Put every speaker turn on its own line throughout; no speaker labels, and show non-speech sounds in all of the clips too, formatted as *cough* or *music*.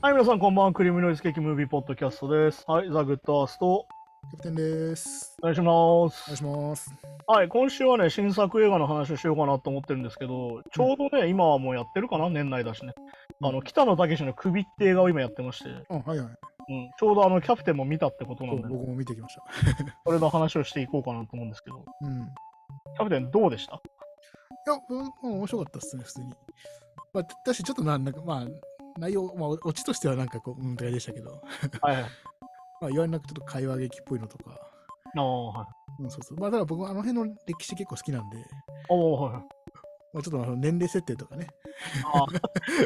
はい、皆さんこんばんは。クリームノイズケーキムービーポッドキャストです。はい、ザ・グッドアースト、
キャプテンです。
お願いしま
お願い
す。
します。
はい、今週はね、新作映画の話をしようかなと思ってるんですけど、ちょうどね、今はもうやってるかな、年内だしね。あの、北野武の首って映画を今やってまして、うん、
あ、はいはい。
ちょうどあの、キャプテンも見たってことなん
僕
で、ね、
僕も見てきました。
それの話をしていこうかなと思うんですけど、
うん。いや、
キャプテンどうでした
うん、面白かったっすね、普通に。まあ、ただし、ちょっとな、なんか、まあ、内容、まあ、オチとしてはなんかこう、うんって感じでしたけど、
はいはい。
まあ、言われなくちょっと会話劇っぽいのとか、
ああ、はい。
うん、そうそう。まあ、だから僕はあの辺の歴史結構好きなんで、
ああ、はいはい。
まあ、ちょっとあの年齢設定とかね、
ああ、はい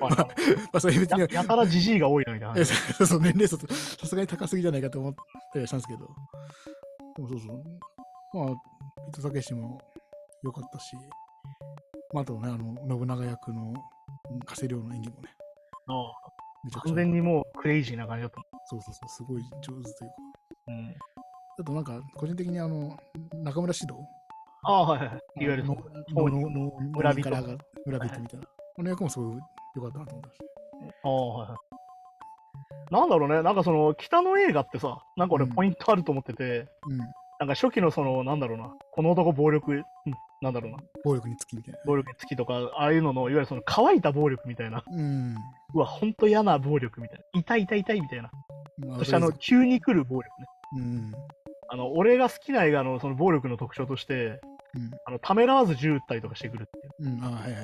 はい
まあ、そういう別
*laughs*
に
や
は、。
やたらじじいが多いなみたいな
そうそう、年齢層、さすがに高すぎじゃないかと思ったりはしたんですけど、でもそうそう、まあ、伊藤武も良かったし、まあ、あとね、あの、信長役のうん加瀬亮の演技もね、
ああ
めちゃくち
完
ゃ
全にもうクレイジーな感じだった。
そうそうそう、すごい上手というか、
うん、
あとなんか、個人的にあの、中村獅童、
ああ、はいはいはい。いわゆる
の
その
の
当
の
人
の
村
村
人
人から村人みたいな、この役もすごい良かったなと思ったし、
ああ、はいはい。なんだろうね、なんかその、北の映画ってさ、なんか俺
うん
ポイントあると思ってて、
うん、
なんか初期のその、なんだろうな、この男暴力、うんなんだろうな、
暴力につきみたいな。
暴力につきとか、ああいうのの、いわゆるその乾いた暴力みたいな、
うん。
うわ、ほんと嫌な暴力みたいな、痛い痛い痛いみたいな、
まあ
そしてあの、急に来る暴力ね。
うん。
あの、俺が好きな映画のその暴力の特徴として、あの、ためらわず銃撃ったりとかしてくるっていう。
うん。うん。あーはいはい。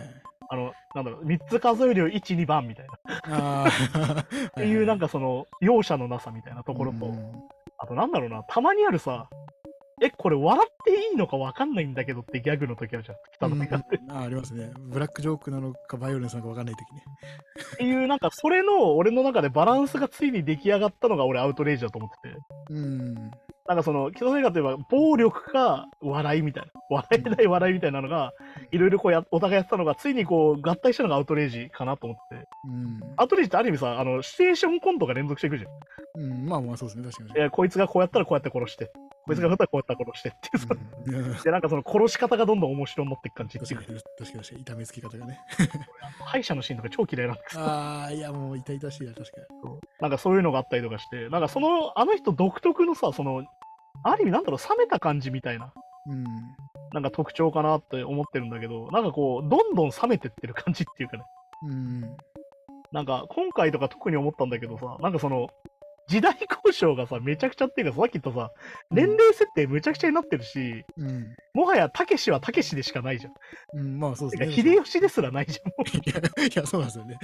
あの、なんだろう、3つ数えるよ、1、2番みたいな。
ああ。っ
っていう、なん
か
かその、容赦のなさみたいなところと、あとなんだろうな、たまにあるさ、え、これ笑っていいのかわかんないんだけどってギャグの時あるじゃん。北の映画って。
あありますね。ブラックジョークなのかバイオレンスなのかわかんない時ね。
っていう、なんかそれの俺の中でバランスがついに出来上がったのが俺アウトレイジだと思ってて。
うん。
なんかその、北の映画といえば暴力か笑いみたいな。笑えない笑いみたいなのが、いろいろこうや、お互いやってたのが、ついにこう合体したのがアウトレイジかなと思ってて。
うん。
アウトレイジってある意味さ、あの、シチュエーションコントが連続していくじゃん。
うん、まあまあそうですね、確かに。
えこいつがこうやったらこうやって殺して。こいつがこうやったらこうやったら殺してっていうさ、
うんいや
で、なんかその殺し方がどんどん面白になっていく感じって
確
いう
か
か
に、確かに、痛めつき方がね。
歯医者のシーンとか超嫌いなんだけど
ああ、いや、もう痛々しいな、確か
なんかそういうのがあったりとかして、なんかその、あの人独特のさ、その、ある意味なんだろう、冷めた感じみたいな、
に。うん。
なんか特徴かなって思ってるんだけど、なんかこう、どんどん冷めてってる感じっていうかね、
うん。
なんか今回とか特に思ったんだけどさ、なんかその、時代交渉がさ、めちゃくちゃっていうか、さっき言ったさ、年齢設定むちゃくちゃになってるし、
うん。
もはやたけしはたけしでしかないじゃん。
うん、まあそう
て
で
か、
すね。
秀吉ですらないじゃん。もう
いやいや、そうなんですよね。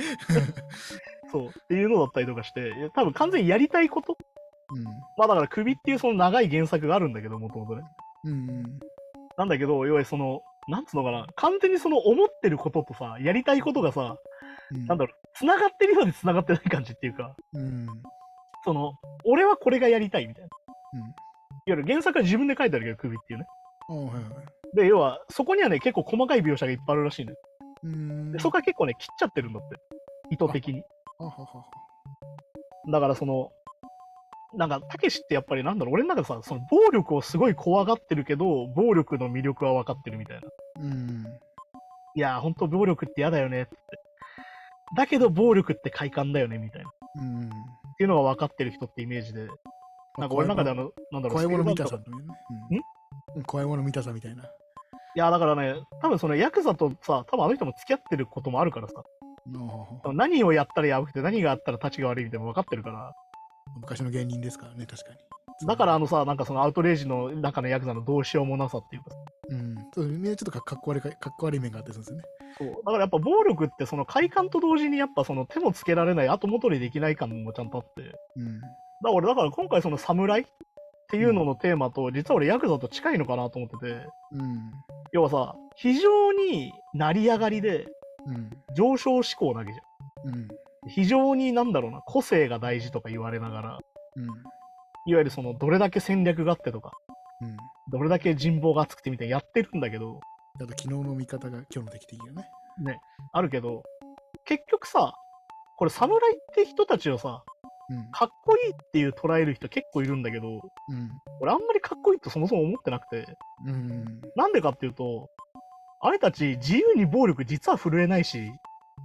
*laughs* そう。っていうのだったりとかして、いや多分完全にやりたいこと。まあだから、首っていうその長い原作があるんだけど、もともとね。
うん。うん。
なんだけど、要はその、なんつうのかな、完全にその思ってることとさ、やりたいことがさ、
うん。
なんだろう、繋がってるようで繋がってない感じっていうか、
うん。
その、俺はこれがやりたいみたいな。
うん。
いわゆる原作は自分で書いてあるけど、首っていうね。
ああ、はいはい。
で、要は、そこにはね、結構細かい描写がいっぱいあるらしいね。
うん
で。そこは結構ね、切っちゃってるんだって。意図的に。
あははは。
だからその、なんか、たけしってやっぱりなんだろう、俺の中でさ、その暴力をすごい怖がってるけど、暴力の魅力は分かってるみたいな。
うん。
いやー、ほんと暴力って嫌だよねって。だけど暴力って快感だよねみたいな。っ
うん。
ていうのが分かってる人ってイメージで。なんか俺の中であの、なんだろう、
怖いもの見た
スピ
さ
ルバーグとか
みたいなね。うん怖いもの見たさみたいな。
いやー、だからね、多分そのヤクザとさ、多分あの人も付き合ってることもあるからさ、
ああ
何をやったらやばくて何があったら立ちが悪いみたいなの分かってるから。
昔の芸人ですからね、確かに。
だからあのさ、なんかそのアウトレイジの中のヤクザのどうしようもなさっていうか
うん、そうみんなちょっとかかっこ悪いかかっこ悪い面があってそうですよね。
そうだからやっぱ暴力ってその快感と同時にやっぱその手もつけられない後戻りできない感もちゃんとあってだか
うん。
ら俺だから今回その侍っていうののテーマと実は俺ヤクザと近いのかなと思ってて
うん。
要はさ非常に成り上がりで
うん。
上昇志向だけじゃ
うん。
ん非常になんだろうな個性が大事とか言われながら
うん。
いわゆるそのどれだけ戦略があってとか
うん。
どれだけ人望が厚くてみたいなやってるんだけど
だと昨日の見方が今日の敵的よね。
ねあるけど結局さこれ侍って人たちをさかっこいいっていう捉える人結構いるんだけど、
うん。
俺あんまりかっこいいとそもそも思ってなくて、
うん。うん。
なんでかっていうと、あれたち自由に暴力実は震えないし、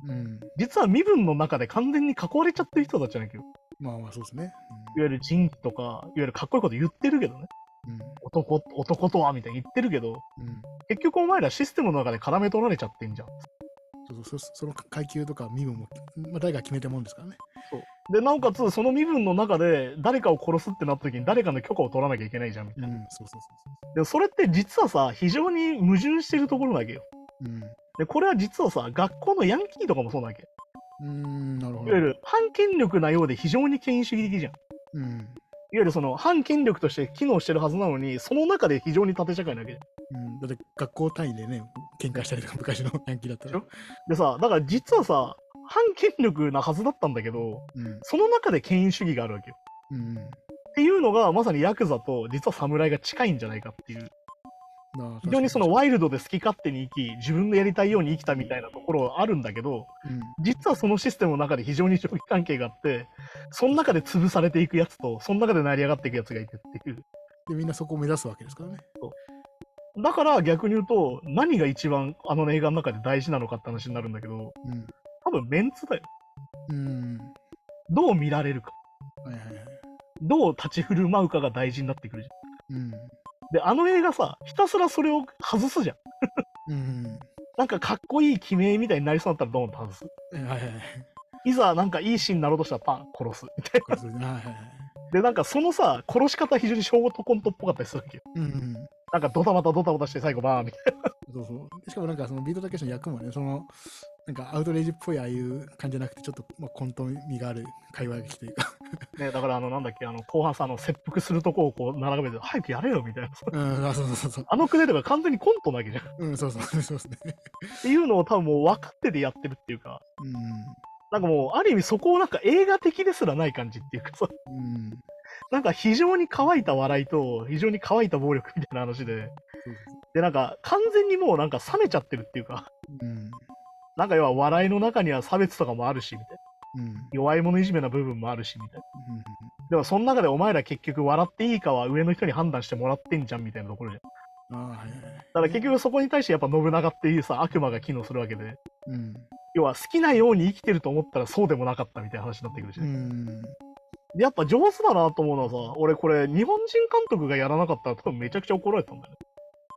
うん。
実は身分の中で完全に囲われちゃってる人たちじゃないけど、い
まあまあ、そうですね。
わゆるジンとか、いわゆるかっこいいこと言ってるけどね、
うん。
男、男とはみたいに言ってるけど、
うん。うん
結局お前らシステムの中で絡め取られちゃってんじゃん。
そうそうそその階級とか身分も、まあ、誰が決めたもんですからね。
で、なおかつ、その身分の中で誰かを殺すってなった時に誰かの許可を取らなきゃいけないじゃん、みたいな。
うん、そうそうそ
でもそれって実はさ、非常に矛盾してるところなわけよ。
うそう。
で、これは実はさ、学校のヤンキーとかもそうなわけ。
うん。うん、なるほ
い
ど。
わゆる反権力なようで非常に権威主義的じゃん。いわ
うん。
ゆるその反権力として機能してるはずなのに、その中で非常に縦社会なわけ
うん、だって学校単位でね、喧嘩したりとか、昔の *laughs* ヤンキーだったら。
でさ、だから実はさ、反権力なはずだったんだけど、
うん。
その中で権威主義があるわけよ。
うん。
っていうのが、まさにヤクザと実は侍が近いんじゃないかっていう。
まあ
非常にその、ワイルドで好き勝手に生き、自分のやりたいように生きたみたいなところはあるんだけど、
確かにうん、
実はそのシステムの中で非常に上下関係があって、その中で潰されていくやつと、その中で成り上がっていくやつがいてっていう。
で、みんなそこを目指すわけですからね。
だから逆に言うと、何が一番あの映画の中で大事なのかって話になるんだけど、多分メンツだよ。
うん。うん。
どう見られるか、
はいはいはい。
どう立ち振る舞うかが大事になってくるじゃ
うん。
ん。で、あの映画さ、ひたすらそれを外すじゃん。
うん。
なんかかっこいい決めみたいになりそうだったらドーンと外す。
はいはいはい。
いざなんかいいシーンになろうとしたらパン殺す。みたい
これそれではいはいはい。
なで、なんかそのさ、殺し方非常にショートコントっぽかったりするわけよ。
うん。
なんかドタバタドタバタして最後バーンみたいな
そうそう。しかもなんかそのビートたけしの役もね、その、なんかアウトレイジっぽいああいう感じじゃなくて、ちょっと、まあ、混沌味がある会話劇というか。
ね、だからあのなんだっけあの後半さあの切腹するとこをこう並べて早くやれよみたいな *laughs*
うん、 *laughs* あそうそうそうそう。
あのくねとか完全にコントなわけじゃんっ
うん、そうそう、 *laughs* そうですね。
ていうのを多分もう分かっててやってるっていうか
う
なんかもうある意味そこをなんか映画的ですらない感じっていうかさ
ん。うん。
*laughs* なんか非常に乾いた笑いと非常に乾いた暴力みたいな話で
そう
でなんか完全にもうなんか冷めちゃってるっていうか
そううん。
なんか要は笑いの中には差別とかもあるしみたいな
うん。
弱い者いじめな部分もあるしみたいな
うん
でもその中でお前ら結局笑っていいかは上の人に判断してもらってんじゃんみたいなところじゃん
ああ、はいはいはい。
だから結局そこに対してやっぱ信長っていうさ悪魔が機能するわけで
うん。
要は好きなように生きてると思ったらそうでもなかったみたいな話になってくるし、
うん。
やっぱ上手だなと思うのはさ俺これ日本人監督がやらなかったら多分めちゃくちゃ怒られてたんだよね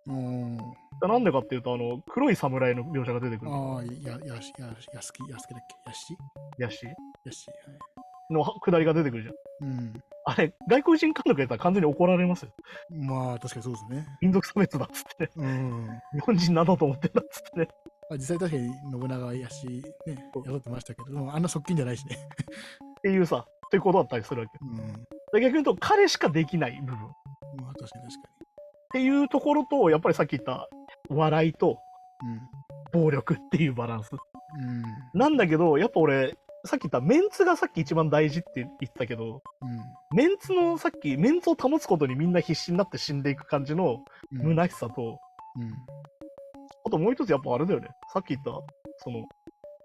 うん。
だからなんでかっていうとあの黒い侍の描写が出てくる
ああ、や、やし、やし、やすき、やすきだっけやし
やし
やし、はい。
の下りが出てくるじゃん
うん。
あれ外国人監督やったら完全に怒られますよ
まあ、確かにそうですね。
民族差別だっつってね
うん。
日本人なんだと思ってんだっつってね
まあ、実際確かに信長はやし、ね、雇ってましたけど、でもあんな側近じゃないしね。
っていうさっていうことだったりするわけ
うん。
で逆に言うと彼しかできない部分っ
まあ、確かに確か
ていうところとやっぱりさっき言った笑いと
に。
暴力っていうバランス。
うん。うん。
なんだけど、やっぱ俺、さっき言ったメンツがさっき一番大事って言ってたけど、メンツのさっき、メンツを保つことにみんな必死になって死んでいく感じの
うん。
虚しさと、
うん。
あともう一つやっぱあれだよね。さっき言った、その、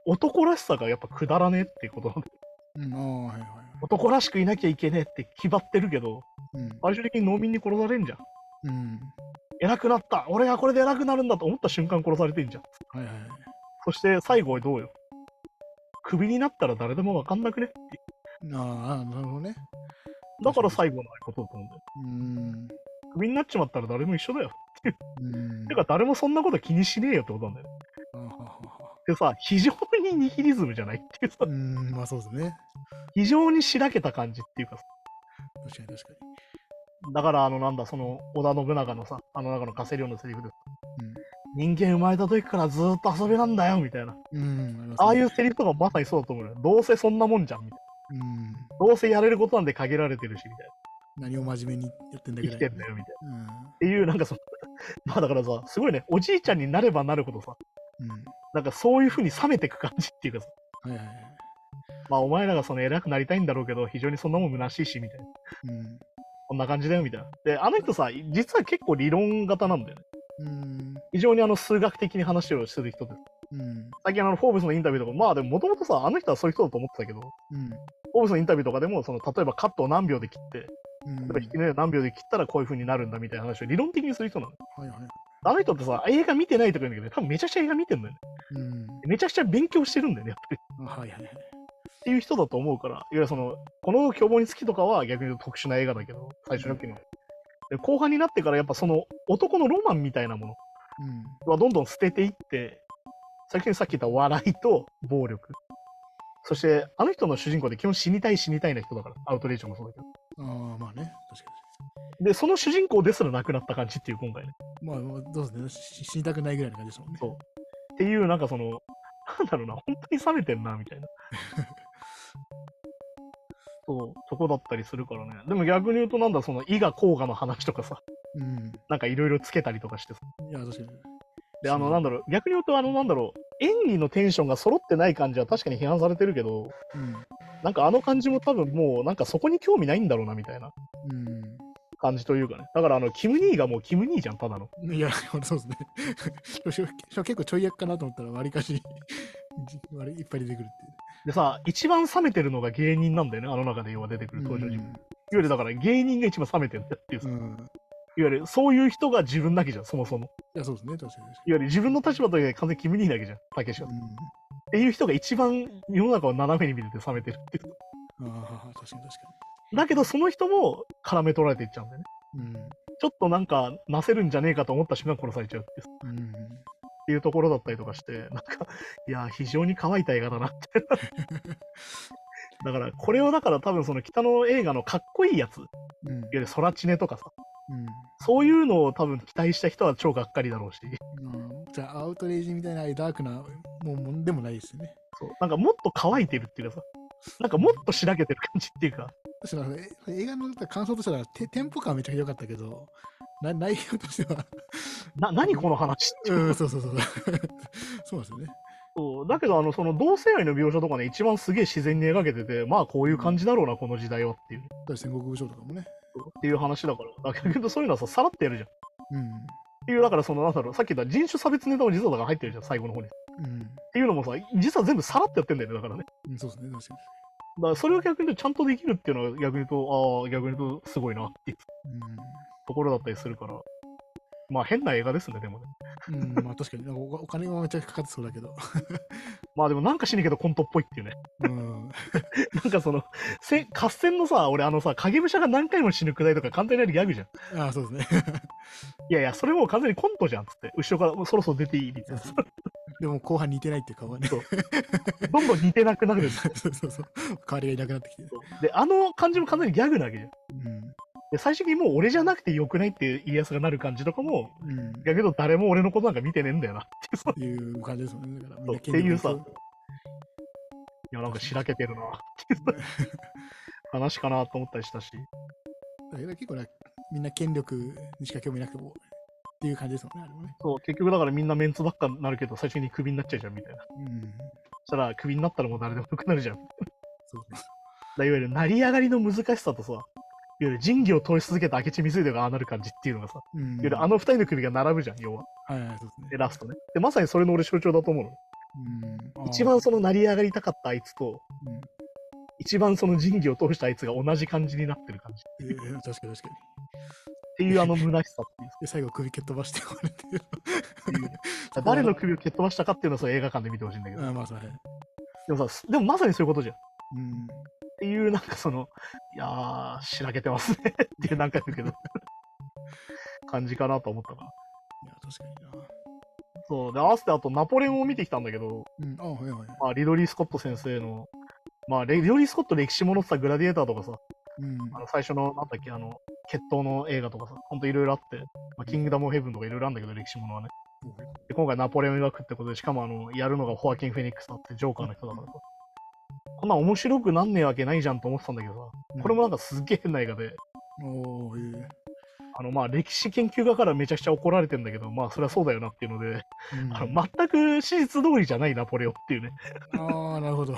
男らしさがやっぱくだらねえってことなんだよ
うん。ああ、はいはい。
男らしくいなきゃいけねえって気張ってるけど、
うん。
最終的に農民に殺されんじゃん。
うん。
偉くなった俺がこれで偉くなるんだと思った瞬間殺されてんじゃん。
はいはいはい。
そして最後はどうよ。クビになったら誰でもわかんなくね
ああ、なるほどね。
だから最後のああいうことだと思うんだよ。
うん。
クビになっちまったら誰も一緒だよ。
うん。
てか誰もそんなこと気にしねえよってことなんだよ。
ああはあは
でさ、非常にニヒリズムじゃないっていうさ
あ、うん、まあそうですね。
非常にしらけた感じっていうかさ、
確かに確か
だからあのなんだ、その織田信長のさ、あの中の稼量のセリフで、
に。
人間生まれた時からずーっと遊びなんだよみたいな、
うん。うん、。
ああいううセリフとかまさにそうだと思うよ。どうせそんなもんじゃんみたい
うん。
な。どうせやれることなんで限られてるしみたい
何を真面目にやってんだ
な。
け
生
ど。
きてんだよみたいな。
うん。
っていう、なんかその、 *laughs* まあだからさ、すごいね、おじいちゃんになればなるほどさ、なんかそういう風に冷めてく感じっていうかさ、
うん。はいはいはい。
まあお前らがその偉くなりたいんだろうけど、非常にそんなもん虚しいし、みたいな。
うん。
こんな感じだよ、みたいな。で、あの人さ、実は結構理論型なんだよね。
うん。
非常にあの数学的に話をする人です。
うん。
最近あの、フォーブスのインタビューとか、まあでももともとさ、あの人はそういう人だと思ってたけど、フ
うん。
ォーブスのインタビューとかでも、その、例えばカットを何秒で切って、例
うん
えば引き抜いて何秒で切ったらこういう風になるんだみたいな話を理論的にする人なの。
はいはい。
あの人ってさ、映画見てないとか言うんだけど、多分めちゃくちゃ映画見てんのよね。
うん。
めちゃくちゃ勉強してるんだよね、やっぱり。
あはいはいはい。
っていう人だと思うから、いわゆるその、この凶暴につきとかは逆に言うと特殊な映画だけど、最初の時の。で、後半になってからやっぱその男のロマンみたいなもの
うん。
はどんどん捨てていって、最近さっき言った笑いと暴力。そして、あの人の主人公で基本死にたい死にたいな人だから、アウトレイジョンもそうだけ
ああ、まあね。確か
ど。で、その主人公ですら亡くなった感じっていう今回ね。
に。まあ、まあどうですね。し死にたくないぐらいの感じですもんね。
そうっていう、なんかその、なんだろうな、本当に冷めてんな、みたいな。そう、とこだったりするからね。でも逆に言うと、なんだ、その、伊賀甲賀の話とかさ、
うん。
なんかいろいろつけたりとかしてさ。
いや、確かに。
で、あの、なんだろう、逆に言うと、あの、なんだろう、演技のテンションが揃ってない感じは確かに批判されてるけど、
うん。
なんかあの感じも多分もう、なんかそこに興味ないんだろうな、みたいな感じというかね。だから、あの、キム兄がもうキム兄じゃん、ただの。
うん。いや、俺そうですね。しょしょ結構ちょい役かなと思ったら、わりかし割り、いっぱい出てくるっ
でさ、一番冷めてるのが芸人なんだよね、あの中で要は出てくる
ていう。
登場人物。いわゆるだから芸人が一番冷めてるんだっていうさ、
う
いわ
ん。うん。
ゆるそういう人が自分だけじゃん、そもそも。
いや、そうですね。確かに。確か
いわゆる自分の立場というか完全に君にだけじゃん、たけしは。っ
に
ていう人が一番世の中を斜めに見てて冷めてるっていう。
うん。ああ、確かに確か
だけどその人も絡め取られていっちゃうんだよね。
に。うん。
ちょっとなんか、なせるんじゃねえかと思った瞬間殺されちゃうっていうっ
うん。
ていうところだったりとかして、なんか、いやー、非常に乾いた映画だなって。だから、これをだから多分その北の映画のかっこいいやつ、いわ
うん。
ゆるソラチネとかさ、
うん。
そういうのを多分期待した人は超がっかりだろうし。
うんじゃあ、アウトレイジみたいなああいうダークなもんもんでもないですよね。
そうなんかもっと乾いてるっていうかさ、なんかもっとしらけてる感じっていうか、
確かにえ映画の感想としてはテ、テンポ感はめちゃくちゃ良かったけど、な *laughs* 内容としては、
な、何この話っていう
うん、 *laughs* そうそうそう。そうですよね。
そうだけど、あの、その同性愛の描写とかね、一番すげえ自然に描けてて、まあこういう感じだろうな、この時代はっていう、
だから戦国武将とかもね。
っていう話だから。だけどそういうのはさ、さらってやるじゃん。っ
うん。
ていう、だからその、なんだろう、さっき言った人種差別ネタも実はだから入ってるじゃん、最後の方に。っ
うん
ていうのもさ、実は全部さらってやってんだよね、だからね。
うん。そうですね。確か
だからそれを逆に言うとちゃんとできるっていうのは逆に言うと、ああ、逆に言うとすごいなっていうところだったりするから。まあ変な映画ですね、でもね。
に。うん。うん、まあ確かに、なんかおお金はめっちゃかかってそうだけど。
まあでもなんかしねえけどコントっぽいっていうね。
うん。
なんかその、せ合戦のさ、俺あのさ、影武者が何回も死ぬくらいとか簡単にあるギャグじゃん。
*laughs* ああ、そうですね。
いやいや、それもう完全にコントじゃんっつって、後ろからもうそろそろ出ていいみたいな。
でも後半似てないっていう顔はね。 *laughs*
どんどん似てなくなるんだよ
そうそうそう。代わりがいなくなってきて。
で、あの感じも完全にギャグなわけじゃん。
うん。
で、最終的にもう俺じゃなくてよくないって家康がなる感じとかも、
うん。
だけど誰も俺のことなんか見てねえんだよな。
っていう感じですもんね。だからみん
そ
な
うっていうさ
権力
いや、なんかしらけてるなっていう話かなと思ったりしたし。
だから結構なみんな権力にしか興味なくてもっていう感じですもんね、あれもね。
そう、結局だからみんなメンツばっかになるけど、最終的にクビになっちゃうじゃんみたいな。そ
うん。
したらクビになったらもう誰でもよくなるじゃん。
そうそう
だいわゆる成り上がりの難しさとさ、いわゆる仁義を通し続けた明智光秀がああなる感じっていうのがさ、いわ
うん。
ゆるあの二人の首が並ぶじゃん、要は。
はいはい、そうです
で、
ね。
ラストね。で、まさにそれの俺象徴だと思うの。
うんあー
一番その成り上がりたかったあいつと、
うん
一番その仁義を通したあいつが同じ感じになってる感じ。っ
えー確かに確かに。
ていうあの虚しさっていう
で、最後首蹴っ飛ばして終わるっていう。
さ。誰の首を蹴っ飛ばしたかっていうのはその映画館で見てほしいんだけど。
あーまあ、 *laughs* そうはい。
でもさ、でもまさにそういうことじゃん。っ
うん。
ていう、なんかその、いやー、しらけてますね *laughs* っていう、なんか言う
*laughs*
けど、感じかなと思ったから。
いや、確か
そう。で、合わせてあとナポレオンを見てきたんだけど、
にな。うん。あはいはい。
まあ、リドリー・スコット先生の、まあ、レリドリー・スコット歴史ものってさ、グラディエーターとかさ、
うん。
あの最初の、なんだっけ、あの、決闘の映画とかさ、ほんといろいろあって、まあ、キングダム・オブヘブンとかいろいろあるんだけど、歴史ものはね。で、今回ナポレオン描くってことで、しかもあの、やるのがホアキン・フェニックスだって、ジョーカーの人だからさ。こんなん面白くなんねえわけないじゃんと思ってたんだけどさ、これもなんかすっげえ変な映画で、
おー、え
あの、まあ、歴史研究家からめちゃくちゃ怒られてんだけど、まあ、それはそうだよなっていうので、
えうん
あの、全く史実通りじゃないナポレオンっていうね。
ああ、なるほど。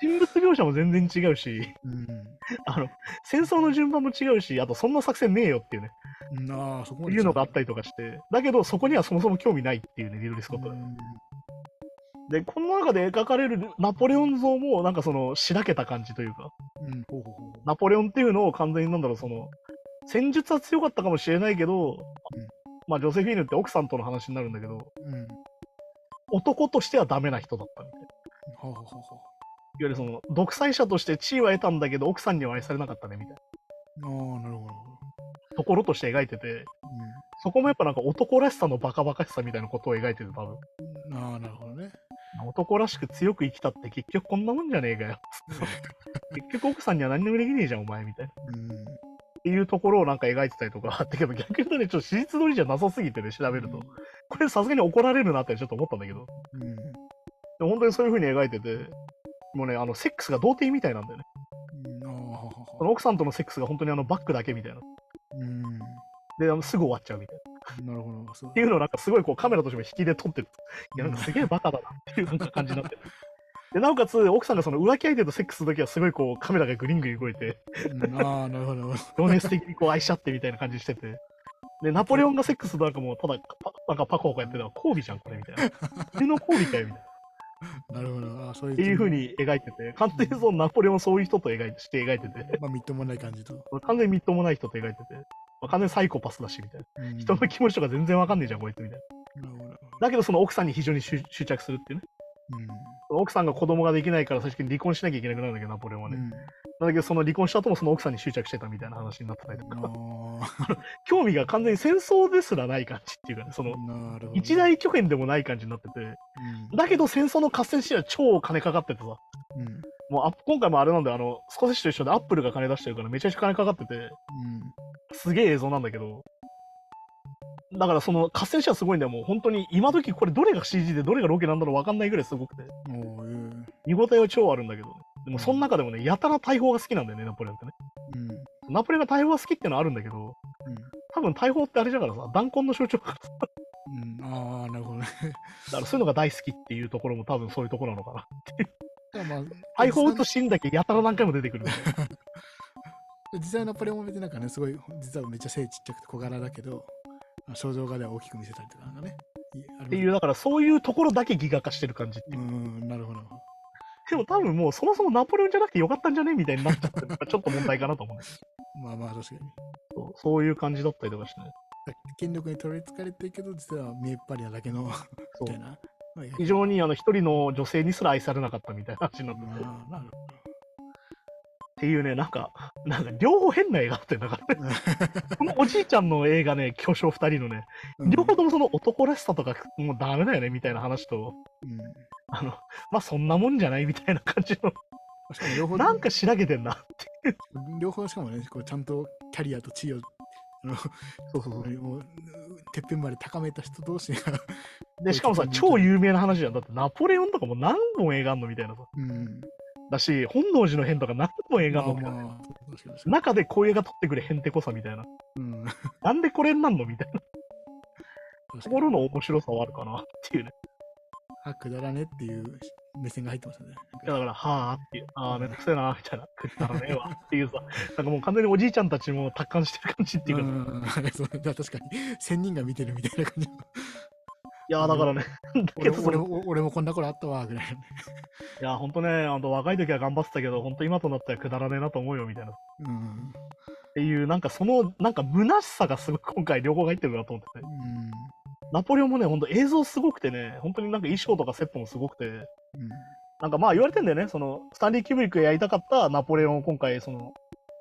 人物描写も全然違うし、 *laughs*
うん。
あの、戦争の順番も違うし、あとそんな作戦ねえよっていうね、
うんああ、そこまで。
いうのがあった
り
りとかして、だけどそこにはそもそも興味ないっていうね、リドリー・スコットがで、この中で描かれるナポレオン像も、なんかその、しらけた感じというか、
うん。ほうほうほうほう。
ナポレオンっていうのを完全になんだろう、その、戦術は強かったかもしれないけど、
うん
まあ、ジョセフィーヌって奥さんとの話になるんだけど、
うん。
男としてはダメな人だったみたいな。
はあはあは
い
あ
わゆるその、独裁者として地位は得たんだけど、奥さんには愛されなかったね、みたいな
ああ、なるほど。
ところとして描いてて、そこもやっぱなんか男らしさのバカバカしさみたいなことを描いてて、多分。
うん、ああ、なるほどね。
男らしく強く生きたって結局こんなもんじゃねえかよ。結局奥さんには何にもできねえじゃん、お前、みたいな。っ
うん。
ていうところをなんか描いてたりとか、てか逆に言うとね、ちょっと史実通りじゃなさすぎてね、調べると。これさすがに怒られるなってちょっと思ったんだけど、
うん。
でも本当にそういう風に描いてて、もうね、あの、セックスが童貞みたいなんだよね。
うん、ああ、はあは
そ
あはあ
の奥さんとのセックスが本当にあの、バックだけみたいな。
うん。
で、あのすぐ終わっちゃうみたいな。
なるほど。そう
っていうのをなんかすごいこうカメラとしても引きで撮ってる。いや、なんかすげえバカだなっていうなんか感じになってる。 *laughs* で、なおかつ、奥さんがその浮気相手とセックスするときはすごいこうカメラがグリングリ動いて、
うんああ、なるほど。なる
情熱的にこう愛し合ってみたいな感じしてて。で、ナポレオンがセックスとなんかもうただパ、なんかパコパコやってたら、交尾じゃん、これみたいな。 *laughs* 犬の交尾かよ、みたいな。
ほど。ああ、そういう。
っていう風。に描いてて、完全にそのナポレオンそういう人と描いして描いてて、
まあ、みっともない感じと。
完全にみっともない人と描いてて、まあ、完全にサイコパスだしみたいな。
うん
人の気持ちとか全然わかんねえじゃん、こいつみたいな。
なるほど。
だけどその奥さんに非常に執執着するっていうね。その奥さんが子供ができないから最終的に離婚しなきゃいけなくなるんだけど、ナポレオンは
うん。う
ね。
ん。
なんだけどその離婚した後もその奥さんに執着してたみたいな話になってたりとか、
あ
興味が完全に戦争ですらない感じっていうかね、その
あ、なるほど。
一大巨編でもない感じになってて、
うん。
だけど戦争の合戦シーンは超金かかっててさ、
うん。うん。
もうアップ今回もあれなんだよ、あの、少しと一緒でアップルが金出してるからめちゃくちゃ金かかってて、すげえ映像なんだけど、だからその合戦シーンはすごいんだよ、もう本当に今時これどれが CG でどれがロケなんだろう分かんないぐらいすごくて、
おお、ええうん。
見応えは超あるんだけど、でもその中でもね、やたら大砲が好きなんだよね、ナポレオンってね。
うん。
ナポレオンが大砲が好きってのはあるんだけど、多分大砲ってあれだからさ、弾痕の象徴だか
うん。うん。ああ、なるほどね。 *laughs*
らそういうのが大好きっていうところも多分そういうところなのかな。
まあ、
大砲撃つシーンだけやたら何回も出てくる。
実際のナポレオンも別になんかね、すごい、実はめっちゃ背ちっちゃくて小柄だけど、あ症状がでは大きく見せたりとかなんかね。っ
っていう、。だからそういうところだけギガ化してる感じっていうう。
ん、なるほど。
でも多分もうそもそもナポレオンじゃなくてよかったんじゃねみたいになっちゃってるのがちょっと問題かなと思うんです
まあまあ、確かに。
けど、そういう感じだったりとかしてね。
権力に取りつかれてるけど、実は見えっ張りなだけの、
そ
みたいうな。まあ、
非常にあの一人の女性にすら愛されなかったみたいな話になってて。っ
まあなる
ていうね、なんか、なんか両方変な映画ってなんかね、
*laughs*
このおじいちゃんの映画ね、巨匠二人のね、
うん
両方ともその男らしさとかもうダメだよねみたいな話と、
うん。
あの、まあそんなもんじゃないみたいな感じの、
しかも両方、
なんかしらけてんな。
両方しかもね、こうちゃんとキャリアと地位を、あの
そうそう
*laughs* もうてっぺんまで高めた人同士が、
で、しかもさ、超有名な話じゃん。だってナポレオンとかも何本映画あんのみたいなさ。
うん。
だし、本能寺の変とか何本映画あんのみた
ま
い
あ
な。
まあ確かに確かに
中でこういう映画撮ってくれへんてこさみたいな。
うん。確
なんでこれになんのみたいなと
か
こ
に
ろの面白さはあるかなっていうね。
あ、くだらねっていう目線が入ってましたね。
いやだから、はあっていう、ああ、めんどくせえな、みたいな。くだらねえわっていうさ、 *laughs* なんかもう完全におじいちゃんたちも達観してる感じっていうかさ、
んんん *laughs* そうだ確かに、千人が見てるみたいな感じ。
いやーだからね、だけ
俺
ど
も
そ
俺 *laughs*
の、
も俺もこんな頃あったわ、ぐらいのね。
いやー、ほんとね、あの若い時は頑張ってたけど、ほんと今となってはくだらねえなと思うよ、みたいな。
うん。
っていう、なんかその、なんか虚しさがすごく今回両方入ってるなと思ってて。
うん。
ナポレオンもね、ほんと映像すごくてね、本当になんか衣装とかセットもすごくて、
うん。
なんかまあ言われてんだよね、その、スタンリー・キューブリックがやりたかったナポレオンを今回、その、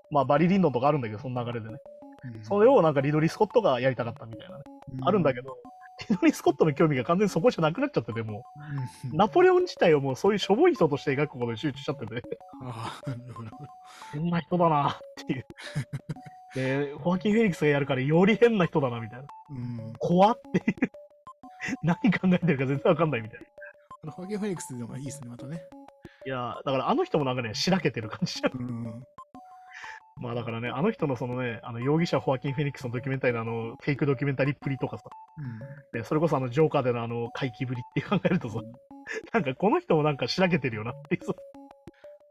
まあバリ・リンドンとかあるんだけど、その流れでね。
うん
それをなんかリドリー・スコットがやりたかったみたいなね、あるんだけど、リドリー・スコットの興味が完全にそこじゃなくなっちゃってて、も
うん。
う、ナポレオン自体をもうそういうしょぼい人として描くことに集中しちゃってて、
ああ、なるほど。
変な人だなっていう。 *laughs* で、ホアキン・フェリックスがやるからより変な人だなみたいな。
うん。
怖っていう。 *laughs* 何考えてるか全然わかんないみたいな。
あの、ホーゲンフェニックスでもいいですね、またね。
いやーだからあの人もなんかね、しらけてる感じじゃん。
うん。
まあだからね、あの人のそのね、あの容疑者ホアキン・フェニックスのドキュメンタリーのあの、フェイクドキュメンタリーっぷりとかさ、でそれこそあの、ジョーカーでのあの、怪奇ぶりって考えるとさ、なんかこの人もなんかしらけてるよなっていうさ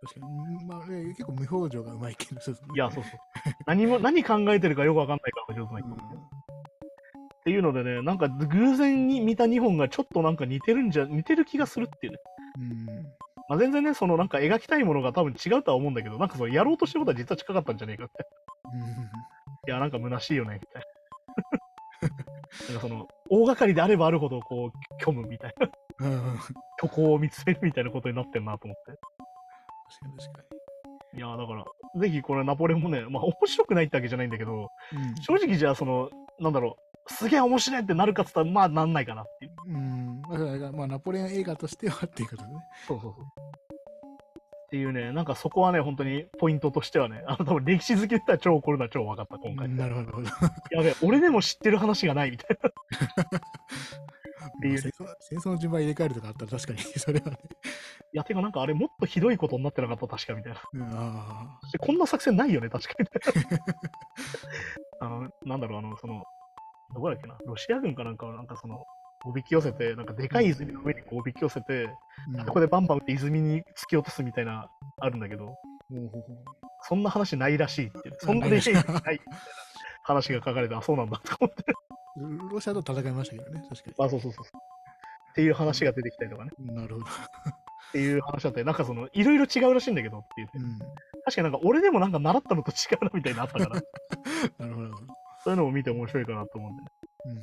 確かに。まあ、ね、結構無表情がうまいけど、そうですね
いや、そうそう。何も、何考えてるかよくわかんないから上手な
う
人
ん。
っ
う
ていうのでね、なんか偶然に見た2本がちょっとなんか似てるんじゃ、似てる気がするっていうね。
ん。
まあ、全然ね、そのなんか描きたいものが多分違うとは思うんだけど、なんかそのやろうとしてることは実は近かったんじゃねえかって。いや、なんか虚しいよね、みたい *laughs* な。なんかその、大掛かりであればあるほど、こう、虚無みたいな。 *laughs*
うんうん。確か
虚構を見つめるみたいなことになってんなと思って。
に確か
いやーだから、ぜひこれナポレオンもね、まあ面白くないってわけじゃないんだけど、正直じゃあその、なんだろう、すげえ面白いってなるかっつったら、まあなんないかなっていう。
に。うん。うん。だからだから、まあ、ナポレオン映画としてはっていうことでね。
そうそうそう。っていうね、なんかそこはね、本当にポイントとしてはね、あの多分歴史好きだったら超怒るのは超分かった、今回。
なるほど。なるほど
やべえ、俺でも知ってる話がないみたいていう
まあ戦争戦争の順番入れ替えるとかあったら確かにそれはね。
な。いや、てかなんかあれもっとひどいことになってなかった、確かみたいな。
うん、あ
でこんな作戦ないよね、確かに。あの、なんだろう、あの、その、どこだっけな、ロシア軍かなんかをなんかその、おびき寄せて、なんかでかい泉の上にこうおびき寄せて、
あ。
そこでバンバン打って泉に突き落とすみたいな、あるんだけど、
うん、ほうほうほう
そんな話ないらしいっていう、そんなでかい泉ないみたいな話が書かれて、あ、そうなんだと思って。
ロシアと戦いましたけどね、確か
*laughs* あ、そうそうそうそう。っていう話が出てきたりとかね。
に。なるほど。
っていう話だったり、なんかその、いろいろ違うらしいんだけどっていうね、
*laughs* うん。
確かになんか俺でもなんか習ったのと違うなみたいなのあった *laughs* から、
なるほどなるほど。
そういうのを見て面白いかなと思うんで、ね。
うん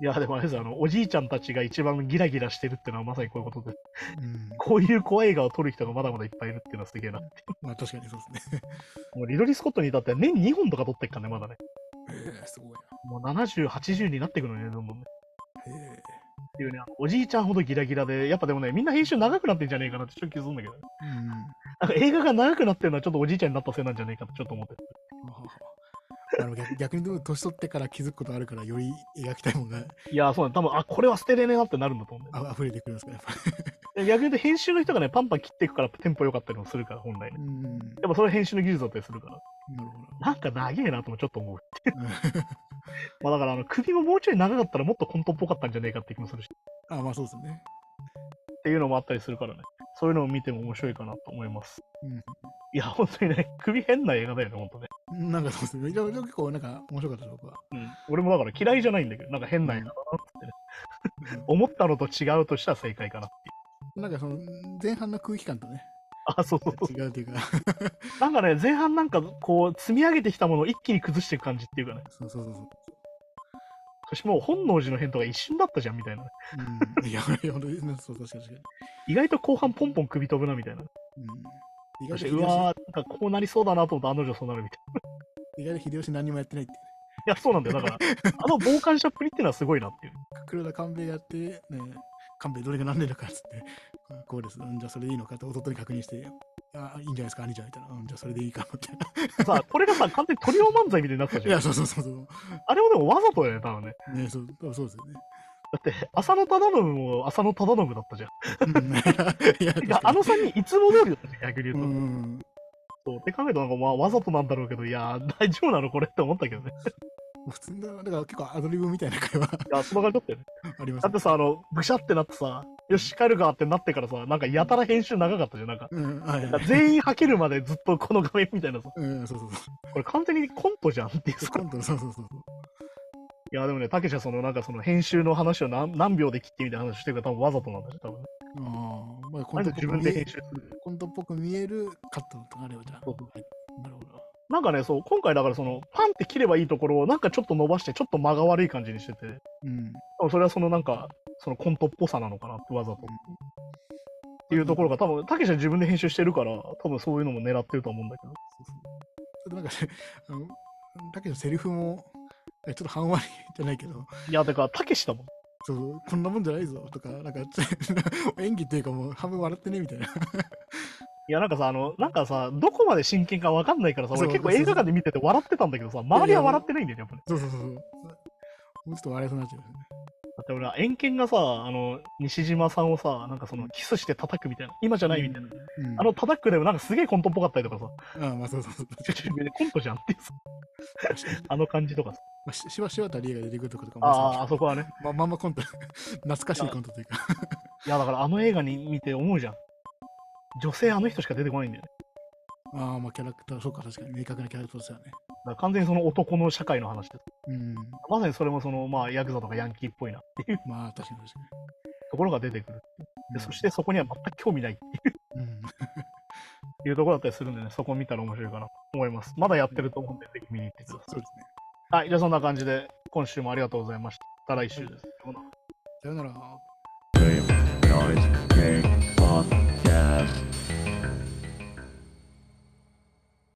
いや、でもあれですよあの、おじいちゃんたちが一番ギラギラしてるってのはまさにこういうことで、
うん。
こういう怖い映画を撮る人がまだまだいっぱいいるっていうのはすげえな。
まあ確かにそうですね。 *laughs*
もうリドリー・スコットに至っては年2本とか撮ってっからね、まだね。
ええすごい
もう70、80になってくるのね、どんどんね。
な。ええ
っていうね、あのおじいちゃんほどギラギラで、やっぱでもね、みんな編集長くなってんじゃねえかなってちょっと気づくんだけど、ね、
うん。
なんか映画が長くなってるのはちょっとおじいちゃんになったせいなんじゃねえかってちょっと思ってる。
はははあの逆 *laughs* 逆に言うと年取ってから気づくことあるからより描きたいものが
いやー、そうだ、多分あ、これは捨てれねえなってなるんだと思うんだよね
あ *laughs* 溢れてくるんですかね、やっぱ
で逆に言うと編集の人がね、パンパン切っていくからテンポ良かったりもするから、本来ね
り。。 *laughs* うん。なる
やっぱそれは編集の技術だったりするから。
ほ
なんか長えなともちょっと思う。
ど。 *laughs* うん
まあだから、あの、首ももうちょい長かったらもっとコントっぽかったんじゃねえかって気もするし。
あ、まあそうですね。
っていうのもあったりするからね。そういうのを見ても面白いかなと思います。
うん。
いや、本当にね、首変な映画だよね、本当ね。
なんかそうですね。いろいろ結構なんか面白かったです僕は。
うん。俺もだから嫌いじゃないんだけど、なんか変な映画だなってね。思ったのと違うとしたら正解かなっていう。
なんかその前半の空気感とね、
あ、そうそうそう。
違うというか、 *laughs*
なんかね、前半なんかこう、積み上げてきたものを一気に崩していく感じっていうかね。
そうそうそうそう。
そしてもう本能寺の変とか一瞬だったじゃんみたいなね。
うん。いや、いや本当に、そう、確かに確か
意外と後半ポンポン首飛ぶなみたいな。
に。うん。
そ
意外
し
と
て、
秀
う
吉
わー、なんかこうなりそうだなと思ったらあの女そうなるみたい
意外と秀吉何にもやってないっていうね。
な。いや、そうなんだよ。だから、あの傍観者っぷりっていうのはすごいなっていう。
黒田官兵衛やって、ね、官兵衛どれが何年だかっつって、 *laughs* こうです、うん、じゃあそれでいいのかと弟に確認して、あいいんじゃないですか、兄ちゃんみたいな、うん、じゃあそれでいいかみたい
*laughs* さあ、これがさ、完全にトリオ漫才みたいになってた
な。い
じゃん
や、。そうそうそうそう。
あれもでもわざとだよね、多分ね。
ね、そう多分そうですよね。
だって、浅野忠信も浅野忠信だったじゃん。 *laughs*
うん *laughs* いや、い
てかあの3人いつも通りだったじゃん、逆に
う
言うと。
ん、
そうって考えると、なんかまあわざとなんだろうけど、いやー、大丈夫なのこれって思ったけどね。
普通だ、だから結構アドリブみたいな会話
いや、そんな感じだったよね。
あります
*laughs* だって
ね。
さ、あの、ぐしゃってなってさ、よし、帰るかってなってからさ、なんかやたら編集長かったじゃん、なんか。
うん、はい、
なんか全員はけるまでずっとこの画面みたいなさ、
うん、そうそうそ
これ完全にコントじゃんっていう *laughs*
う。今度、そうそうそう。
いや、でもね、たけしはその、なんかその編集の話を何何秒で切ってみたいな話してるから、多分わざとなんだよ、多分ね。
ああ、まあ、コ
な
ン
ん
ト
で
っぽ
自分
く見
で編
え
集する。
コントっぽく見えるカットとかあればじゃあ。
そうそう
はいなるほど。
なんかね、そう、今回だからその、パンって切ればいいところを、なんかちょっと伸ばして、ちょっと間が悪い感じにしてて、で
うん。
もそれはそのなんか、そのコントっぽさなのかなって、わざと。っていうところが、多分たけしは自分で編集してるから、多分そういうのも狙ってると思うんだけど。
そうそう。それでなんかね、あの、だけどセリフも、えちょっと半割りじゃないけど、
いや、だから、たけしだもん。
そうそう、こんなもんじゃないぞとか、なんか、 *laughs* 演技っていうかもう半分笑ってねみたいな。 *laughs*
いや、なんかさ、あの、なんかさ、どこまで真剣かわかんないからさ、
そ
俺
う
結構
そう
映画館で見てて笑ってたんだけどさ、周りは笑ってないんだよね、やっぱり。
そうそうそうそう。もうちょっと笑いそうになっちゃうよね。
だって俺は、遠見がさ、あの、西島さんをさ、なんかその、キスして叩くみたいな、今じゃないみたいな。
うん。
あの、叩くでもなんかすげえコントっぽかったりとかさ、
ああまあそうそう
*laughs*
そう。
ちょちょコントじゃんっていうさ、あの感じとかさ。
まあ、ししばしばたりが出てくるとことかも
ああ、あそこはね。
ままんまコント、 *laughs* 懐かしいコントというか。
いや、だからあの映画に見て思うじゃん。女性あの人しか出てこないんだよね。
ああ、まあキャラクター、そうか、確かに明確なキャラクターですよね。
だから完全にその男の社会の話で。
うん。
まさにそれもその、まあ、ヤクザとかヤンキーっぽいなっていう
まあ確かに確か
ところが出てくる。
に。
でそしてそこには全く興味ない。 *laughs*
うん、
いうところだったりするんでね、そこ見たら面白いかなと思います。まだやってると思うんで、ぜひ見に行ってく
そ
だ
う
さ
そうですね。
い。はい、じゃあそんな感じで、今週もありがとうございました。また来週です。
さよなら。